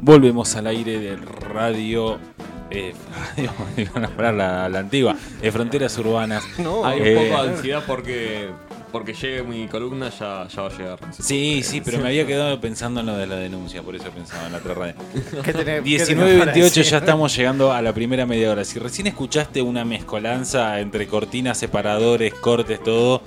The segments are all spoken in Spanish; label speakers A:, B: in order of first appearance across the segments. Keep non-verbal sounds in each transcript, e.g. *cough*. A: Volvemos al aire de radio. Eh, *laughs* radio, digo, la, la, la antigua, de fronteras urbanas.
B: No, hay
A: Eh,
B: un poco de ansiedad porque, porque llegue mi columna, ya, ya va a llegar.
A: Sí, sí, pero me había quedado pensando en lo de la denuncia, por eso pensaba en la otra radio.
C: *laughs* ¿Qué tenés- qué tenés para
A: 19 28
C: decir?
A: ya estamos llegando a la primera media hora. Si recién escuchaste una mezcolanza entre cortinas, separadores, cortes, todo,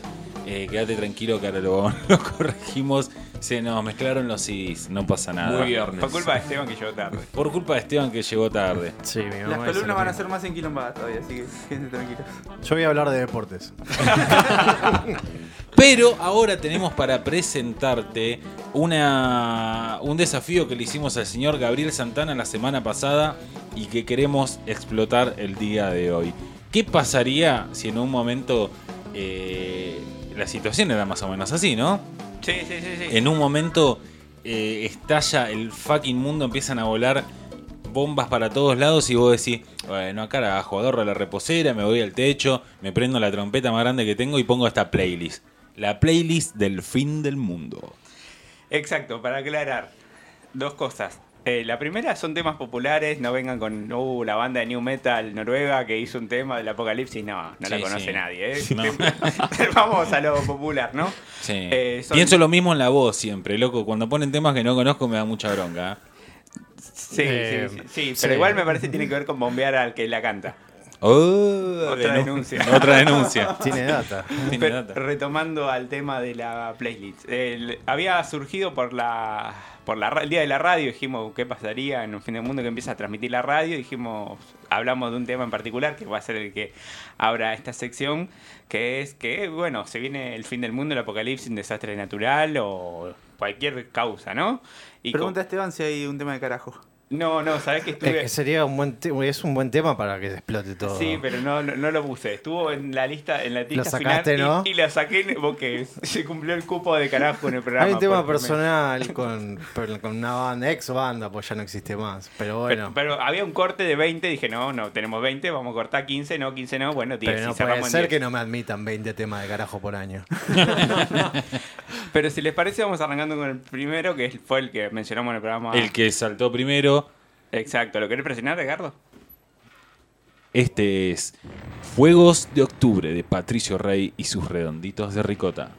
A: eh, quédate tranquilo que ahora lo, *laughs* lo corregimos. Se nos mezclaron los CDs, no pasa nada.
B: Muy viernes.
D: Por culpa de Esteban que llegó tarde.
A: Por culpa de Esteban que llegó tarde.
C: Sí, mi mamá
E: Las
C: dice lo
E: columnas van a
C: mismo.
E: ser más enquilombadas todavía, así que *laughs* quédense tranquilos.
C: Yo voy a hablar de deportes.
A: Pero ahora tenemos para presentarte una, un desafío que le hicimos al señor Gabriel Santana la semana pasada y que queremos explotar el día de hoy. ¿Qué pasaría si en un momento eh, la situación era más o menos así, no?
D: Sí, sí, sí, sí.
A: En un momento eh, estalla el fucking mundo, empiezan a volar bombas para todos lados y vos decís, bueno, acá la jugador la reposera, me voy al techo, me prendo la trompeta más grande que tengo y pongo esta playlist. La playlist del fin del mundo.
D: Exacto, para aclarar. Dos cosas. Eh, la primera son temas populares, no vengan con uh, la banda de New Metal noruega que hizo un tema del apocalipsis, no, no la
A: Sí,
D: conoce
A: sí.
D: nadie. ¿eh?
A: *laughs* No.
D: *laughs* Vamos a lo popular, ¿no?
A: Sí.
D: Eh, son-
A: Pienso lo mismo en la voz siempre, loco. Cuando ponen temas que no conozco me da mucha bronca. ¿eh?
D: Sí,
C: Eh,
D: sí, sí, sí,
C: sí.
D: pero igual me parece que tiene que ver con bombear al que la canta.
A: Oh,
D: Otra
A: denu-
D: denuncia.
A: *laughs* Otra
D: *laughs*
A: denuncia.
C: Tiene *laughs* data.
A: Tiene
D: Pero
A: data.
D: retomando al tema de la playlist. El- había surgido por la por la ra- el día de la radio, dijimos "Uh, qué pasaría en un fin del mundo que empieza a transmitir la radio, dijimos hablamos de un tema en particular que va a ser el que abra esta sección, que es que bueno, se viene el fin del mundo, el apocalipsis, un desastre natural o cualquier causa, ¿no? Y co-
E: Pregunta a Esteban si hay un tema de carajo.
D: No, no, sabes que
C: Es
D: estuve
C: que Eh, sería un buen te- es un buen tema para que se explote todo.
D: Sí, pero no, no, no lo puse. Estuvo en la lista, en la lista
C: sacaste,
D: final
C: ¿no?
D: y, y la saqué porque *laughs* se cumplió el cupo de carajo en el programa.
C: Hay un tema
D: porque me-
C: *laughs* personal con, per- con una banda, ex banda, pues ya no existe más. Pero
D: Pero,
C: bueno, pero,
D: pero había un corte de 20, dije, no, no, tenemos 20, vamos a cortar 15, no, 15 no, bueno, 10.
C: no
D: y
C: puede
D: cerramos en
C: ser
D: 10.
C: que no me admitan 20 temas de carajo por *laughs* año.
D: Pero si les parece, vamos arrancando con el primero, que fue el que mencionamos en el programa.
A: El que saltó primero,
D: Exacto, ¿lo querés presionar, Ricardo?
A: este es Fuegos de Octubre de Patricio Rey y sus redonditos de ricota.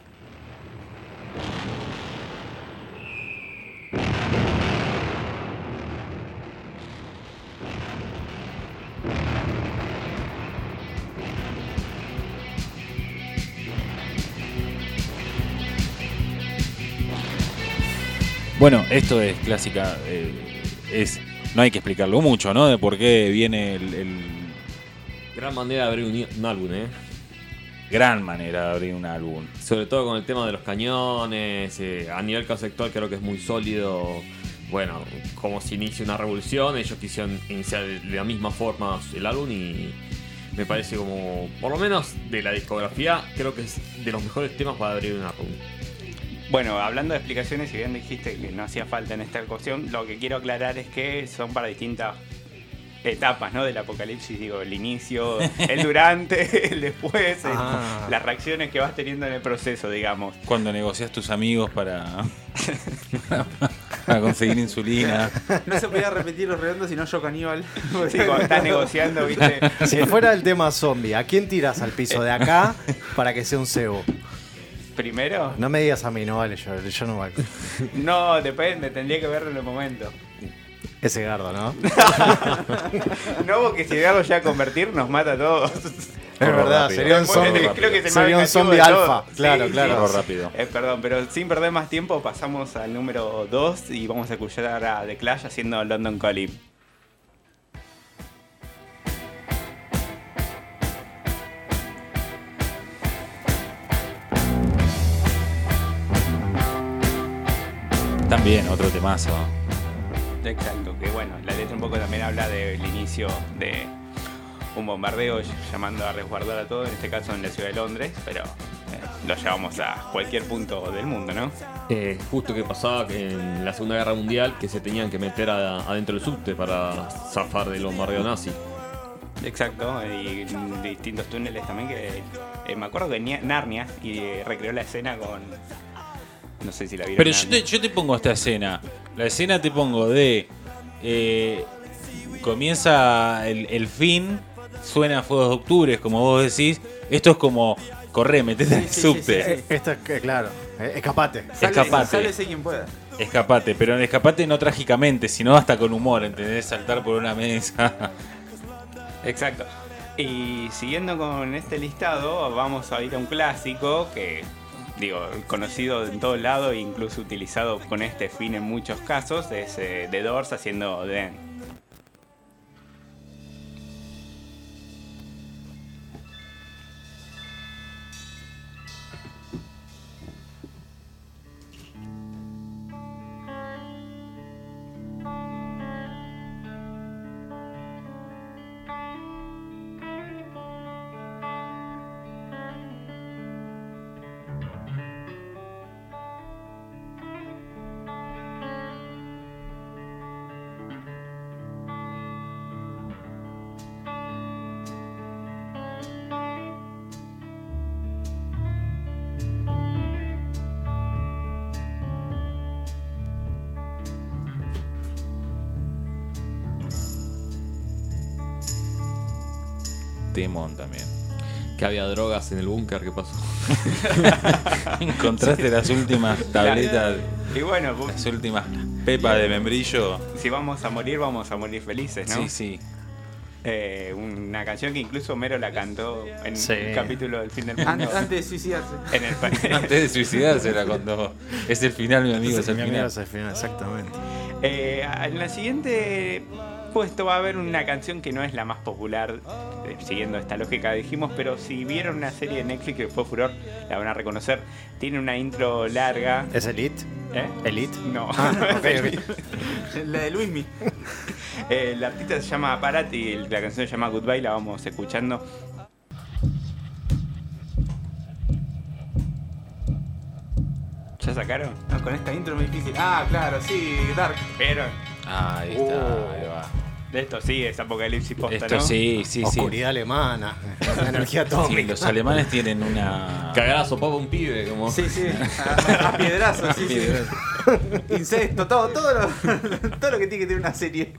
A: Bueno, esto es clásica, eh, es no hay que explicarlo mucho, ¿no? De por qué viene el, el-
B: Gran manera de abrir un, un álbum, ¿eh?
A: gran manera de abrir un álbum.
B: Sobre todo con el tema de los cañones, eh, a nivel conceptual creo que es muy sólido. Bueno, como se inicia una revolución, ellos quisieron iniciar de la misma forma el álbum y me parece como, por lo menos de la discografía, creo que es de los mejores temas para abrir un álbum.
D: Bueno, hablando de explicaciones, si bien dijiste que no hacía falta en esta ocasión, lo que quiero aclarar es que son para distintas etapas, ¿no? Del apocalipsis, digo, el inicio, el durante, el después, el-
C: Ah.
D: las reacciones que vas teniendo en el proceso, digamos.
A: Cuando negocias tus amigos *laughs* para, para conseguir insulina.
E: *laughs* No se podía repetir los redondos, sino yo caníbal.
D: *laughs* Sí, cuando estás negociando, ¿viste?
C: Si fuera el tema zombie, ¿a quién tiras al piso de acá para que sea un cebo?
D: Primero,
C: No me digas a mí, no vale, yo, yo no valgo.
D: no, depende, tendría que verlo en el momento.
C: Ese gardo, *laughs* ¿no?
D: No, porque si algo ya a convertir nos mata a todos.
C: Es verdad, sería un
D: Bueno,
C: zombie.
D: creo que es el más
C: Sería un
D: vengativo
C: zombie
D: de todos.
C: alfa.
D: Sí,
C: Claro,
D: sí.
C: claro.
A: Corro rápido.
D: Eh, perdón, pero sin perder más tiempo pasamos al número 2 y vamos a escuchar a The Clash haciendo London Calling.
A: También otro temazo.
D: Exacto, que bueno, la letra un poco también habla del inicio de un bombardeo llamando a resguardar a todo, en este caso en la ciudad de Londres, pero eh, lo llevamos a cualquier punto del mundo, ¿no?
B: Eh, justo que pasaba que en la Segunda Guerra Mundial que se tenían que meter a- adentro del subte para zafar del bombardeo nazi.
D: Exacto, y distintos túneles también que eh, me acuerdo que Nia- Narnia y eh, recreó la escena con no sé si la vieron.
A: Pero yo
D: Narnia.
A: te, yo te pongo esta escena. La escena te pongo de eh, comienza el, el fin, suena Fuegos de Octubre, como vos decís. Esto es como, corre, metete en el
E: Sí, sí, sí,
A: subte.
E: sí.
C: Eh, Esto es que, claro, eh, escapate.
E: Sale-
A: Escapate.
E: Sálvese quien pueda.
A: Escapate, pero en escapate no trágicamente, sino hasta con humor, ¿entendés? Saltar por una mesa.
D: Exacto. Y siguiendo con este listado, vamos a ir a un clásico que, digo, conocido en todos lados e incluso utilizado con este fin en muchos casos, es eh, The Doors haciendo The End.
A: Temón también.
B: Que había drogas en el búnker, ¿qué pasó?
A: *laughs* Encontraste las últimas tabletas,
D: Y bueno, bu-
A: las últimas pepas de membrillo.
D: si vamos a morir, vamos a morir felices, ¿no?
A: Sí, sí.
D: Eh, una canción que incluso Homero la cantó en
C: Sí.
D: un capítulo del fin del
E: An-
D: mundo.
E: antes de suicidarse.
D: en el pa-
A: *laughs*
D: *laughs*
A: Antes de suicidarse era cuando. Es el final, mi amigo, es el
C: Mi amigo
A: final.
C: es el final, exactamente.
D: Eh, en la siguiente puesto va a haber una canción que no es la más popular, eh, siguiendo esta lógica que dijimos, pero si vieron una serie de Netflix que fue furor, la van a reconocer. Tiene una intro larga.
C: ¿Es Elite?
D: ¿Eh?
C: ¿Elite?
D: No.
E: Ah,
D: *laughs*
E: La de Luismi.
D: Eh, la artista se llama Aparat y la canción se llama Goodbye, la vamos escuchando. ¿Ya sacaron?
E: No, con esta intro es muy difícil. Ah, claro, sí, Dark.
D: ¿Vieron?
A: Ah, Ahí está, ahí va.
D: De esto sí, es apocalipsis posta,
A: Esto
D: ¿no?
A: sí, sí, sí.
C: Oscuridad alemana, *laughs* energía
A: Sí,
C: atómica.
A: Los alemanes tienen
B: Ah.
A: una.
B: Cagarazo, papa un pibe, como.
E: Sí, sí. A, a piedrazos, sí, sí. Incesto, todo, todo lo, todo lo que tiene que tener una serie.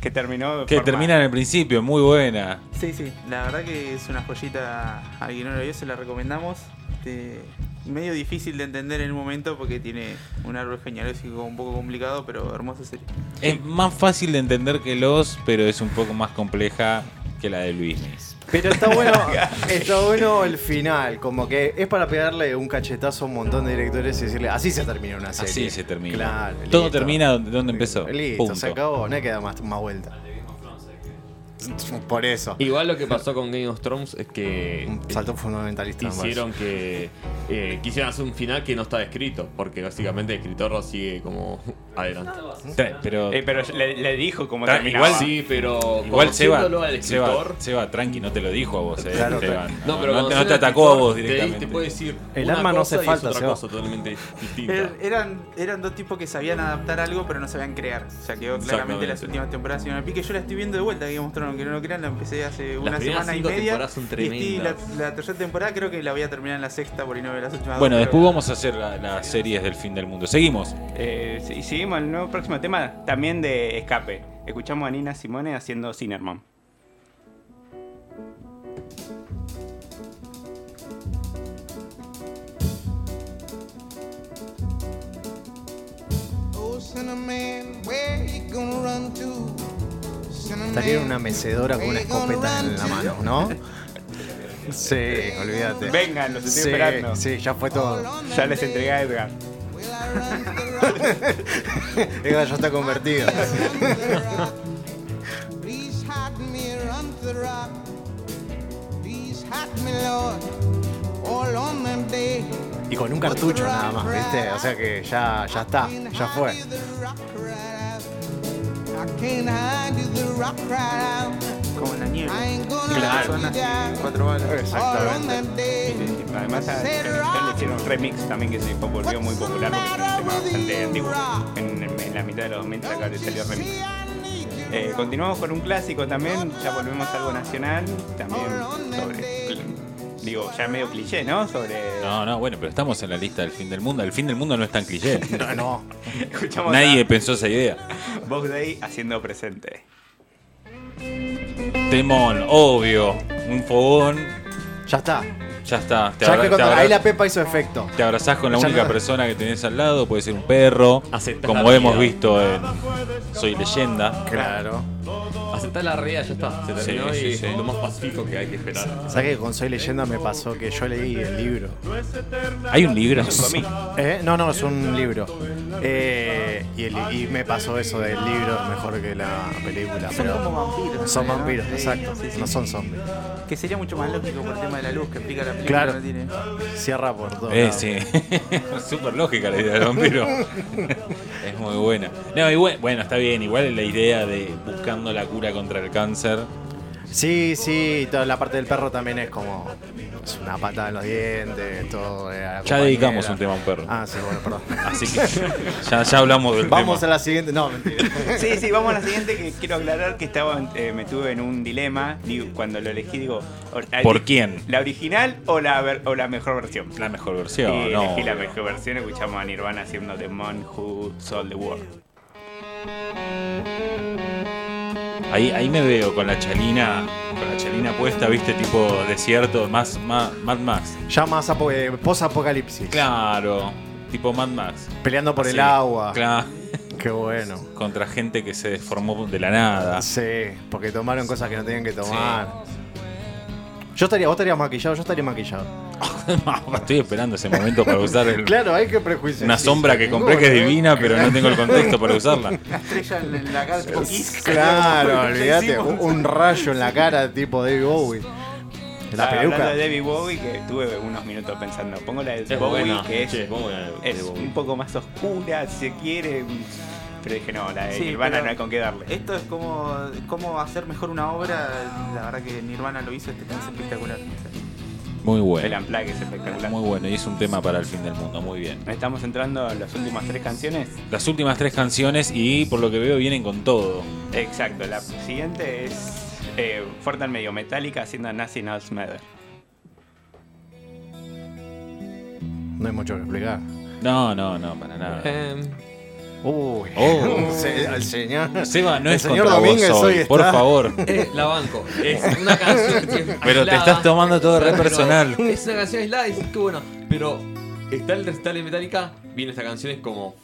D: Que terminó. de
A: Que
D: forma-
A: termina en el principio, muy buena.
E: Sí, sí. La verdad que es una joyita. A quien no lo vio, se la recomendamos. Este, medio difícil de entender en un momento porque tiene un árbol genealógico un poco complicado, pero hermosa serie.
A: Es más fácil de entender que los, pero es un poco más compleja que la de Luis.
C: Pero está
A: *laughs*
C: bueno, está bueno el final, como que es para pegarle un cachetazo a un montón de directores y decirle, así se termina una serie.
A: Así se termina.
C: Claro,
A: Todo
C: listo.
A: termina donde, donde empezó.
C: Listo,
A: Punto.
C: se acabó, no queda más, más vuelta. Por eso.
B: Igual lo que pasó con Game of Thrones es que.
C: Un salto fundamentalista. más.
B: Hicieron que. eh, quisieron hacer un final que no estaba escrito, porque básicamente el escritor lo sigue como *laughs* adelante.
A: Tra- Pero
D: Eh, pero le, le dijo cómo
A: Tra-
D: terminaba.
A: igual
B: Sí, pero.
A: igual Seba,
B: conociéndolo al escritor.
A: Seba, Seba, tranqui, no te lo dijo a vos. eh,
C: Claro,
A: Seba,
C: claro.
A: no, no te, no te atacó a vos directamente.
B: Te, puede decir
C: El
B: una
C: arma no
B: cosa
C: hace
B: y es
C: falta,
B: otra
C: Seba.
B: cosa totalmente distinta.
E: Er- eran, eran dos tipos que sabían adaptar algo, pero no sabían crear. O sea, quedó claramente
A: Exactamente.
E: las últimas temporadas en el pique. Yo la estoy viendo de vuelta, que mostraron que no lo crean. La empecé hace una
B: primeras
E: semana y
B: cinco
E: media.
B: temporadas son
E: Y estoy- la,
B: tremendas.
E: la tercera temporada creo que la voy a terminar en la sexta, por ahí no veo las últimas
A: bueno,
E: dos,
A: después
E: pero-
A: vamos a hacer la- las series del fin del mundo. Seguimos.
D: Eh, y seguimos el nuevo próximo tema también de escape. Escuchamos a Nina Simone haciendo Cinnamon.
F: Oh,
C: Estaría en una mecedora con una escopeta en la mano, ¿no? Sí, olvídate.
D: Vengan, los estoy
C: Sí,
D: esperando.
C: sí, ya fue todo.
D: Ya les entregué a Edgar.
C: Edgar ya está *laughs* convertido.
F: Please hide me under the rock. Please hide me, Lord, all on them day.
C: Y con un cartucho nada más, ¿viste? O sea que ya, ya está, ya fue.
F: Hide the rock right out. I can't hide you the rock right out.
E: Como en la nieve.
F: I ain't gonna
E: Claro.
F: let you down.
E: Cuatro balas.
F: All on them day.
D: Además, a- le hicieron un remix también que se volvió muy popular porque es un tema bastante antiguo. En, en la mitad de los 2000 acá le salió remix.
F: See, I need you.
D: Eh, continuamos con un clásico también, ya volvemos a algo nacional, también sobre Digo, ya medio cliché, ¿no? Sobre.
A: No, no, bueno, pero estamos en la lista del fin del mundo. El fin del mundo no es tan
C: *laughs*
A: cliché.
C: No.
D: Escuchamos
A: Nadie pensó esa idea.
D: a Box Day haciendo presente.
A: Temón, obvio. Un fogón.
C: Ya está.
A: Ya está. Te,
C: Ya
A: abra-
C: que
A: te
C: cuando-
A: abra-
C: ahí la Pepa hizo efecto.
A: te abrazás con la
C: Ya
A: única
C: no-
A: persona que tenés al lado. Puede ser un perro.
B: Aceptás
A: como
B: la
A: hemos
B: vida.
A: visto en Soy Leyenda.
C: Claro.
B: Aceptar la realidad, ya está. Se
A: Sí,
B: terminó
A: sí,
B: y es
A: sí.
B: lo más pacífico que hay que esperar.
C: ¿Sabes que con Soy Leyenda me pasó que yo leí el libro?
A: Hay un libro.
C: ¿Eh? No, no, es un libro. Eh, y, el- y me pasó eso del libro mejor que la película.
E: Son
C: pero-
E: como vampiros.
C: Son
E: ¿no?
C: vampiros,
E: Sí,
C: exacto.
E: sí, sí.
C: No son zombies.
E: Que sería mucho más lógico por el tema de la luz que explica la película.
C: Claro.
E: que no tiene.
C: Cierra por
A: *laughs*
C: todo.
A: Eh, sí. *laughs* Súper lógica la idea del vampiro. *laughs* es muy buena. No, igual, bueno, está bien. Igual la idea de buscando la cura contra el cáncer.
C: Sí, sí, toda la parte del perro también es como. Es una patada en los dientes, todo. eh, a
A: Ya
C: la compañera.
A: dedicamos un tema a *laughs* un perro.
C: Ah, sí, bueno, perdón.
A: Así que ya, ya hablamos del
C: Vamos a
A: tema.
C: la siguiente. No, mentira.
D: Sí, sí, vamos a la siguiente que quiero aclarar que estaba en- eh, me tuve en un dilema Digo, cuando lo elegí digo o-
A: ¿Por quién?
D: ¿La original o la ver- o la mejor versión?
A: La mejor
D: Y
A: versión, no.
D: elegí la
A: obvio.
D: mejor versión, escuchamos a Nirvana haciendo The Man Who Sold the World.
A: Ahí, ahí me veo con la chalina, con la chalina puesta, viste, tipo desierto, más, más Mad Max.
C: Ya más apo- eh, post-apocalipsis.
A: Claro, tipo Mad Max.
C: Peleando por
A: Sí,
C: el agua.
A: Claro,
C: Qué bueno.
A: contra gente que se deformó de la
C: *laughs*
A: nada.
C: Sí, porque tomaron cosas que no tenían que tomar. Yo estaría, vos estarías maquillado, yo estaría maquillado.
A: Estoy esperando ese momento para usar
C: *laughs*
A: el-
C: Claro, hay que prejuicios.
A: una
C: Sí,
A: sombra que compré que es
C: ninguno,
A: divina, pero no tengo el contexto para usarla.
E: La estrella en- en la cara tipo Kiss.
C: *laughs* Claro,
E: Ya
C: olvídate,
E: hicimos.
C: un, un rayo en la cara tipo David Bowie. La
D: Ah,
C: peluca.
D: Hablando de David Bowie, que tuve unos minutos pensando. Pongo la de
B: Es
D: Bowie,
B: buena,
D: que es,
B: sí, es buena,
D: es
B: de Bowie.
D: un poco más oscura, si se quiere. Pero dije, no, la de
E: Sí,
D: Nirvana
E: pero
D: no hay con qué darle.
E: Esto es como, cómo hacer mejor una obra. La verdad que Nirvana lo hizo, este tema es espectacular.
A: Muy
D: El
A: bueno.
D: Unplugged es espectacular.
A: Muy bueno, y es un tema para el fin del mundo, muy bien.
D: Estamos entrando en las últimas tres canciones.
A: Las últimas tres canciones y por lo que veo vienen con todo.
D: Exacto, la siguiente es eh, Fortan medio metálica haciendo Nothing Else Matter.
C: No hay mucho que explicar.
A: No, no, no, para nada.
B: Eh,
C: Uy. *laughs*
A: Oh.
C: Se- al
A: *laughs*
C: señor.
A: Seba, no
C: El
A: es
C: señor
A: contra vos
C: Domínguez
A: hoy,
C: hoy
A: por
C: está-
A: favor.
B: eh, la banco. *laughs* Es una canción. que es
A: Pero
B: *laughs*
A: te
B: aislada,
A: estás tomando todo re
B: pero
A: personal.
B: Es una canción aislada y dices tú, bueno, pero está el recital de Metallica, viene esta canción, es como.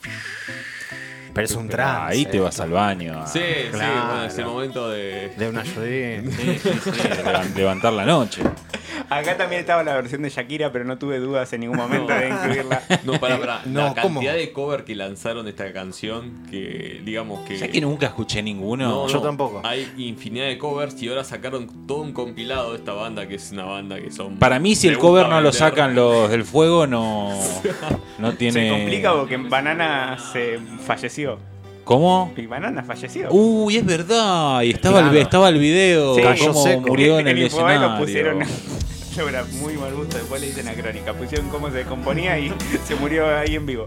C: Pero es un
A: Ah,
C: trance.
A: ahí te vas al baño. a-
B: Sí, sí,
C: claro.
B: bueno, es el momento de.
C: De una Judín.
A: levan- levantar la noche.
D: Acá también estaba la versión de Shakira, pero no tuve dudas en ningún momento
A: *laughs*
D: de incluirla.
B: No, para, para.
C: No,
B: la
C: ¿cómo?
B: cantidad de cover que lanzaron de esta canción, que digamos que.
A: Ya que nunca escuché ninguno.
C: yo tampoco.
B: Hay infinidad de covers y ahora sacaron todo un compilado de esta banda que es una banda que son.
A: Para mí, si
B: le
A: el cover
B: gusta
A: no lo
B: vender.
A: sacan los del fuego, no.
C: *laughs*
A: No tiene.
D: Se complica porque Banana se falleció.
A: ¿Cómo?
D: Y Banana falleció.
A: Uy, es verdad. Y estaba, el, estaba el video.
D: Sí.
A: Cayó
D: Cayó
A: cómo
C: seco.
A: murió en el
D: Infobae
A: escenario.
D: lo pusieron. *laughs* Yo era muy mal gusto, después le dicen a Crónica. Pusieron cómo se descomponía y se murió ahí en vivo.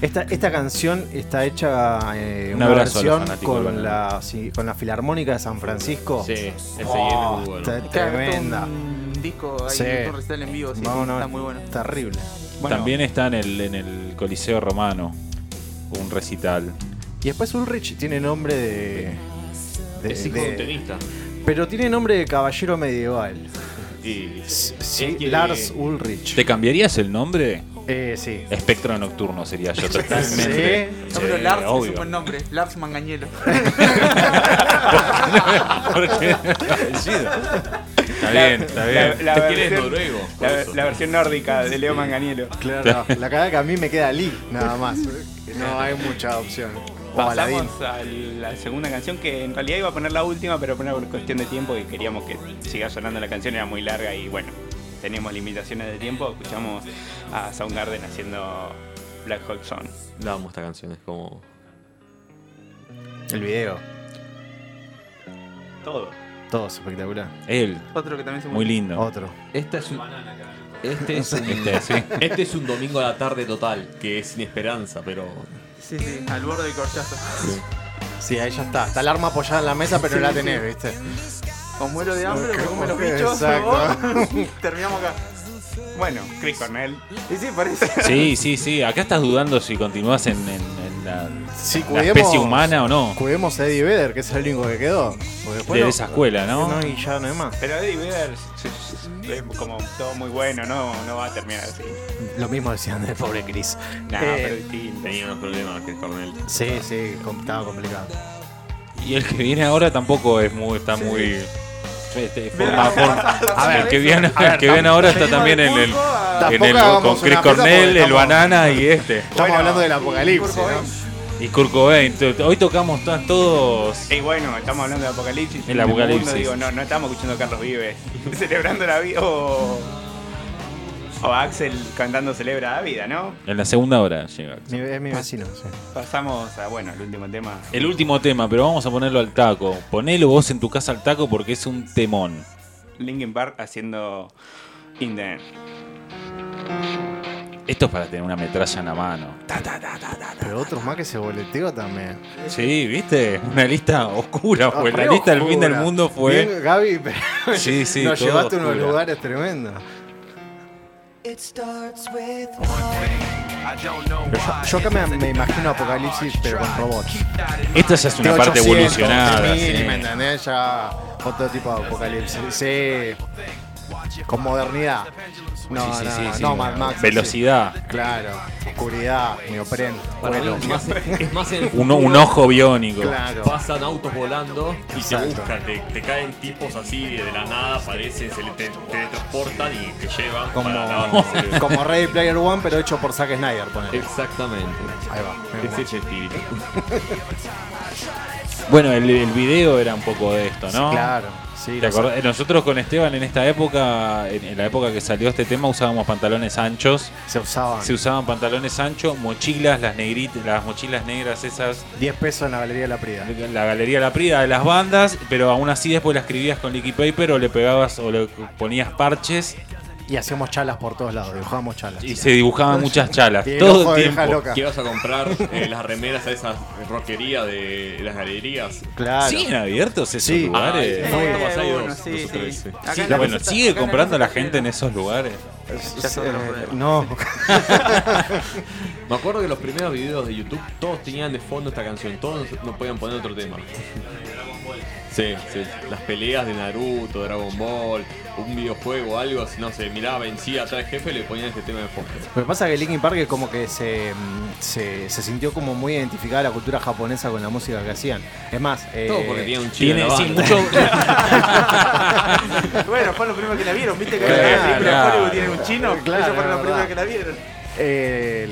C: Esta, esta canción está hecha eh,
A: Un
C: una
A: abrazo a los
C: versión
A: fanáticos del
C: con
A: banano.
C: la, sí, con la Filarmónica de San Francisco.
B: Sí, ese
C: Oh,
B: es muy bueno.
C: Está
E: Claro, todo
C: tremenda.
E: Un disco, hay
C: Sí.
E: un recital en vivo, sí, sí,
C: Vamos, no,
E: está muy bueno.
C: Terrible.
D: Bueno,
A: También está en el, en el Coliseo Romano. Un recital.
C: Y después Ulrich tiene nombre de. de-
B: Es hijo de un
C: de-
B: tenista.
C: pero tiene nombre de caballero medieval.
B: Y
C: S- sí,
B: Él quiere-
C: Lars Ulrich.
A: ¿Te cambiarías el nombre?
C: Eh, sí.
A: Espectro nocturno sería yo totalmente.
C: Sí.
E: No, pero
A: Sí,
E: Lars es
A: obvio.
E: un buen nombre. Lars Mangañelo.
A: *laughs* Porque apellido. Está bien, está
D: la,
A: bien.
D: la
B: ¿Te quieres
D: versión,
B: noruego? por
D: la,
B: eso.
D: la versión nórdica de Leo Manganiello.
C: Claro, la cara que a mí me queda Lee, nada más. No hay mucha opción. O Aladín.
D: Pasamos a la segunda canción que en realidad iba a poner la última, pero por una cuestión de tiempo y queríamos que siga sonando la canción, era muy larga y bueno, teníamos limitaciones de tiempo, escuchamos a Soundgarden haciendo Black Hole Zone.
B: La amo esta canción, es como.
C: El video,
D: Todo.
C: todo es espectacular.
A: Él,
E: Otro que también se
A: muy lindo.
C: Otro.
B: Esta es un. Este es un,
A: Este, sí.
B: este es un domingo a la tarde total, que es sin esperanza, pero.
E: Sí, sí, al borde del corchazo.
C: Sí, ahí ya está. Está el arma apoyada en la mesa, pero no la tenés, ¿viste?
E: O muero de hambre, o me como los bichos.
C: Exacto.
E: o- *laughs* Terminamos acá.
D: Bueno, Chris Cornell.
E: Y sí, parece.
A: Sí, sí, sí. Acá estás dudando si continúas en, en- en la,
C: Sí, Eh,
A: la especie humana o no.
C: Cuidemos a Eddie Vedder, que es el único que quedó. Porque después
A: De
C: no-
A: esa escuela, ¿no?
C: No, y ya no hay más.
D: Pero Eddie Vedder es- es como todo muy bueno, no, no va a terminar así.
C: Lo mismo decían del pobre Chris.
D: Nah,
C: Eh,
D: pero distinto.
B: Tenía unos problemas Chris Cornell.
C: Sí, sí, com- estaba complicado.
A: Y el que viene ahora tampoco es muy, está muy. este, forma- forma-
C: A ver,
A: el que viene,
C: a ver,
A: el que viene ahora está
E: Seguimos
A: también
E: del
A: en el,
E: pulpo a-
A: en
C: Tampoco
A: el- con
C: hagamos
A: Chris
C: una cosa
A: Cornell,
C: porque
A: el
C: estamos-
A: banana y este.
C: Estamos hablando del apocalipsis,
E: Kurt Cobain.
C: ¿no?
A: Y Kurt Cobain. T- Hoy tocamos to- todos.
D: Y bueno, estamos hablando de
A: *laughs*
D: Apocalipsis.
A: El
D: y en
A: Apocalipsis.
D: digo, no, no estamos escuchando a Carlos Vives celebrando la vida o, o a Axel cantando Celebra la vida, ¿no?
A: En la segunda hora llega.
C: Mi- es mi vecino, sí.
D: Pasamos a, bueno, el último tema.
A: El último tema, pero vamos a ponerlo al taco. Ponelo vos en tu casa al taco porque es un temón.
D: Linkin Park haciendo In The End.
A: Esto es para tener una metralla en la mano.
C: Pero otros más que se boleteó también.
A: Sí, viste, una lista oscura,
C: Ah,
A: pues la
C: re
A: lista del
C: oscura.
A: fin del mundo fue.
C: Bien, Gaby, *laughs* pero
A: Sí, sí,
C: nos
A: todo
C: llevaste a unos
A: oscura.
C: lugares tremendos.
G: It starts with one.
C: Pero yo, yo acá me, me imagino apocalipsis, pero con robots.
A: Esta ya es una parte
C: 800,
A: evolucionada.
C: 3000,
A: sí.
C: ¿Me entendés? Ya otro tipo de apocalipsis. Sí. Con modernidad. No,
A: Sí, sí,
C: no,
A: sí, sí.
C: no, Mad Max, sí.
A: Velocidad.
C: Claro. Oscuridad, neopren.
B: Para
C: vuelo.
B: mí, más- es más en el
A: Un, un
B: futuro,
A: ojo biónico.
C: Claro.
B: Pasan autos volando y
C: Exacto.
B: te buscan, te, te caen tipos así de la nada, aparecen, se le- te, te transportan y te llevan para la
C: Como,
B: banda
C: *laughs*
B: celeste.
C: como Ready Player One, pero hecho por Zack Snyder, ponele.
B: Exactamente.
C: Ahí va. me
B: Es
C: gusta.
B: ese espíritu.
A: Bueno, el, el video era un poco de esto, ¿no?
C: Claro. Sí,
A: ¿Te
C: lo sé.
A: acordás? Nosotros con Esteban en esta época, en, en la época que salió este tema, usábamos pantalones anchos.
C: se usaban.
A: Se usaban pantalones anchos, mochilas, las negritas, las mochilas negras esas
C: 10 pesos en la Galería de la Prida.
A: la galería La Prida de las bandas, pero aún así después la escribías con liquid paper o le pegabas o le ponías parches
C: Y hacíamos chalas por todos lados, dibujábamos chalas.
A: y se
C: *laughs*
A: dibujaban muchas chalas.
C: Y el
A: Todo
C: ojo
A: el
C: de vieja
A: tiempo.
C: loca.
B: ¿Qué vas a comprar eh, las remeras a esas rockerías de las galerías?
C: Claro.
A: ¿Siguen abiertos esos
C: Sí.
A: lugares?
B: Ah,
E: Eh,
B: no, más hay
E: bueno,
B: dos,
E: sí,
B: dos o tres,
E: sí.
B: sí.
E: Acá
A: Sí,
E: en la
A: bueno,
E: costa-
A: ¿sigue
E: acá en
A: comprando la
E: costa
A: gente en
E: tiene-
A: esos lugares?
E: Ya son otros problemas.
C: Eh, no. *laughs*
B: Me acuerdo que los primeros videos de YouTube todos tenían de fondo esta canción, todos no podían poner otro tema. Sí, sí, las peleas de Naruto, Dragon Ball, un videojuego, algo, no sé, miraba, vencía a tal jefe y le ponían este tema de fondo.
C: Lo que pasa es que Linkin Park es como que se, mm, se, se sintió como muy identificada la cultura japonesa con la música que hacían. Es más, eh,
B: Todo porque tenía un chino.
A: Tiene
B: en la
A: sí,
B: banda.
A: mucho. *laughs*
E: Bueno, fueron los primeros que la vieron, viste que
C: Claro,
E: hay una película de
A: claro.
E: Hollywood tienen un chino,
C: Claro,
E: ellos fueron los
C: es verdad.
E: primeros que la vieron.
C: eh,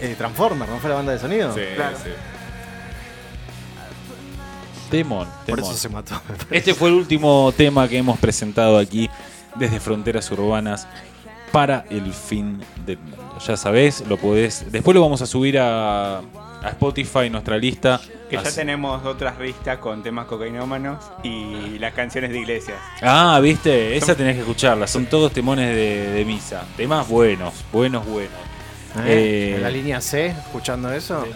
C: el, el Transformer, ¿no fue la banda de sonido?
B: Sí,
E: Claro.
B: sí.
A: Temón,
C: Por
A: temón.
C: eso se mató.
A: Este fue el último tema que hemos presentado aquí desde Fronteras Urbanas para el fin del mundo. Ya sabés, lo podés. Después lo vamos a subir a, a Spotify, nuestra lista.
D: Que ya
A: Así-
D: tenemos otras listas con temas cocainómanos y las canciones de iglesias.
A: Ah, viste, esa tenés que escucharla. Son todos temones de, de misa. Temas buenos, buenos, buenos.
C: Eh,
A: Eh,
C: en la línea C, escuchando eso.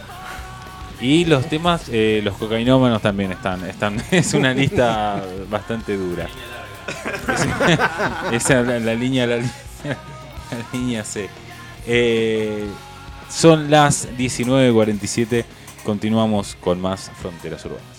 A: Y los temas, eh, los cocainómanos también están, están. *laughs* Es una lista bastante dura. *laughs* Es- Esa es la, la línea, la, li- la línea C. Eh, son las 19.47. Continuamos con más Fronteras Urbanas.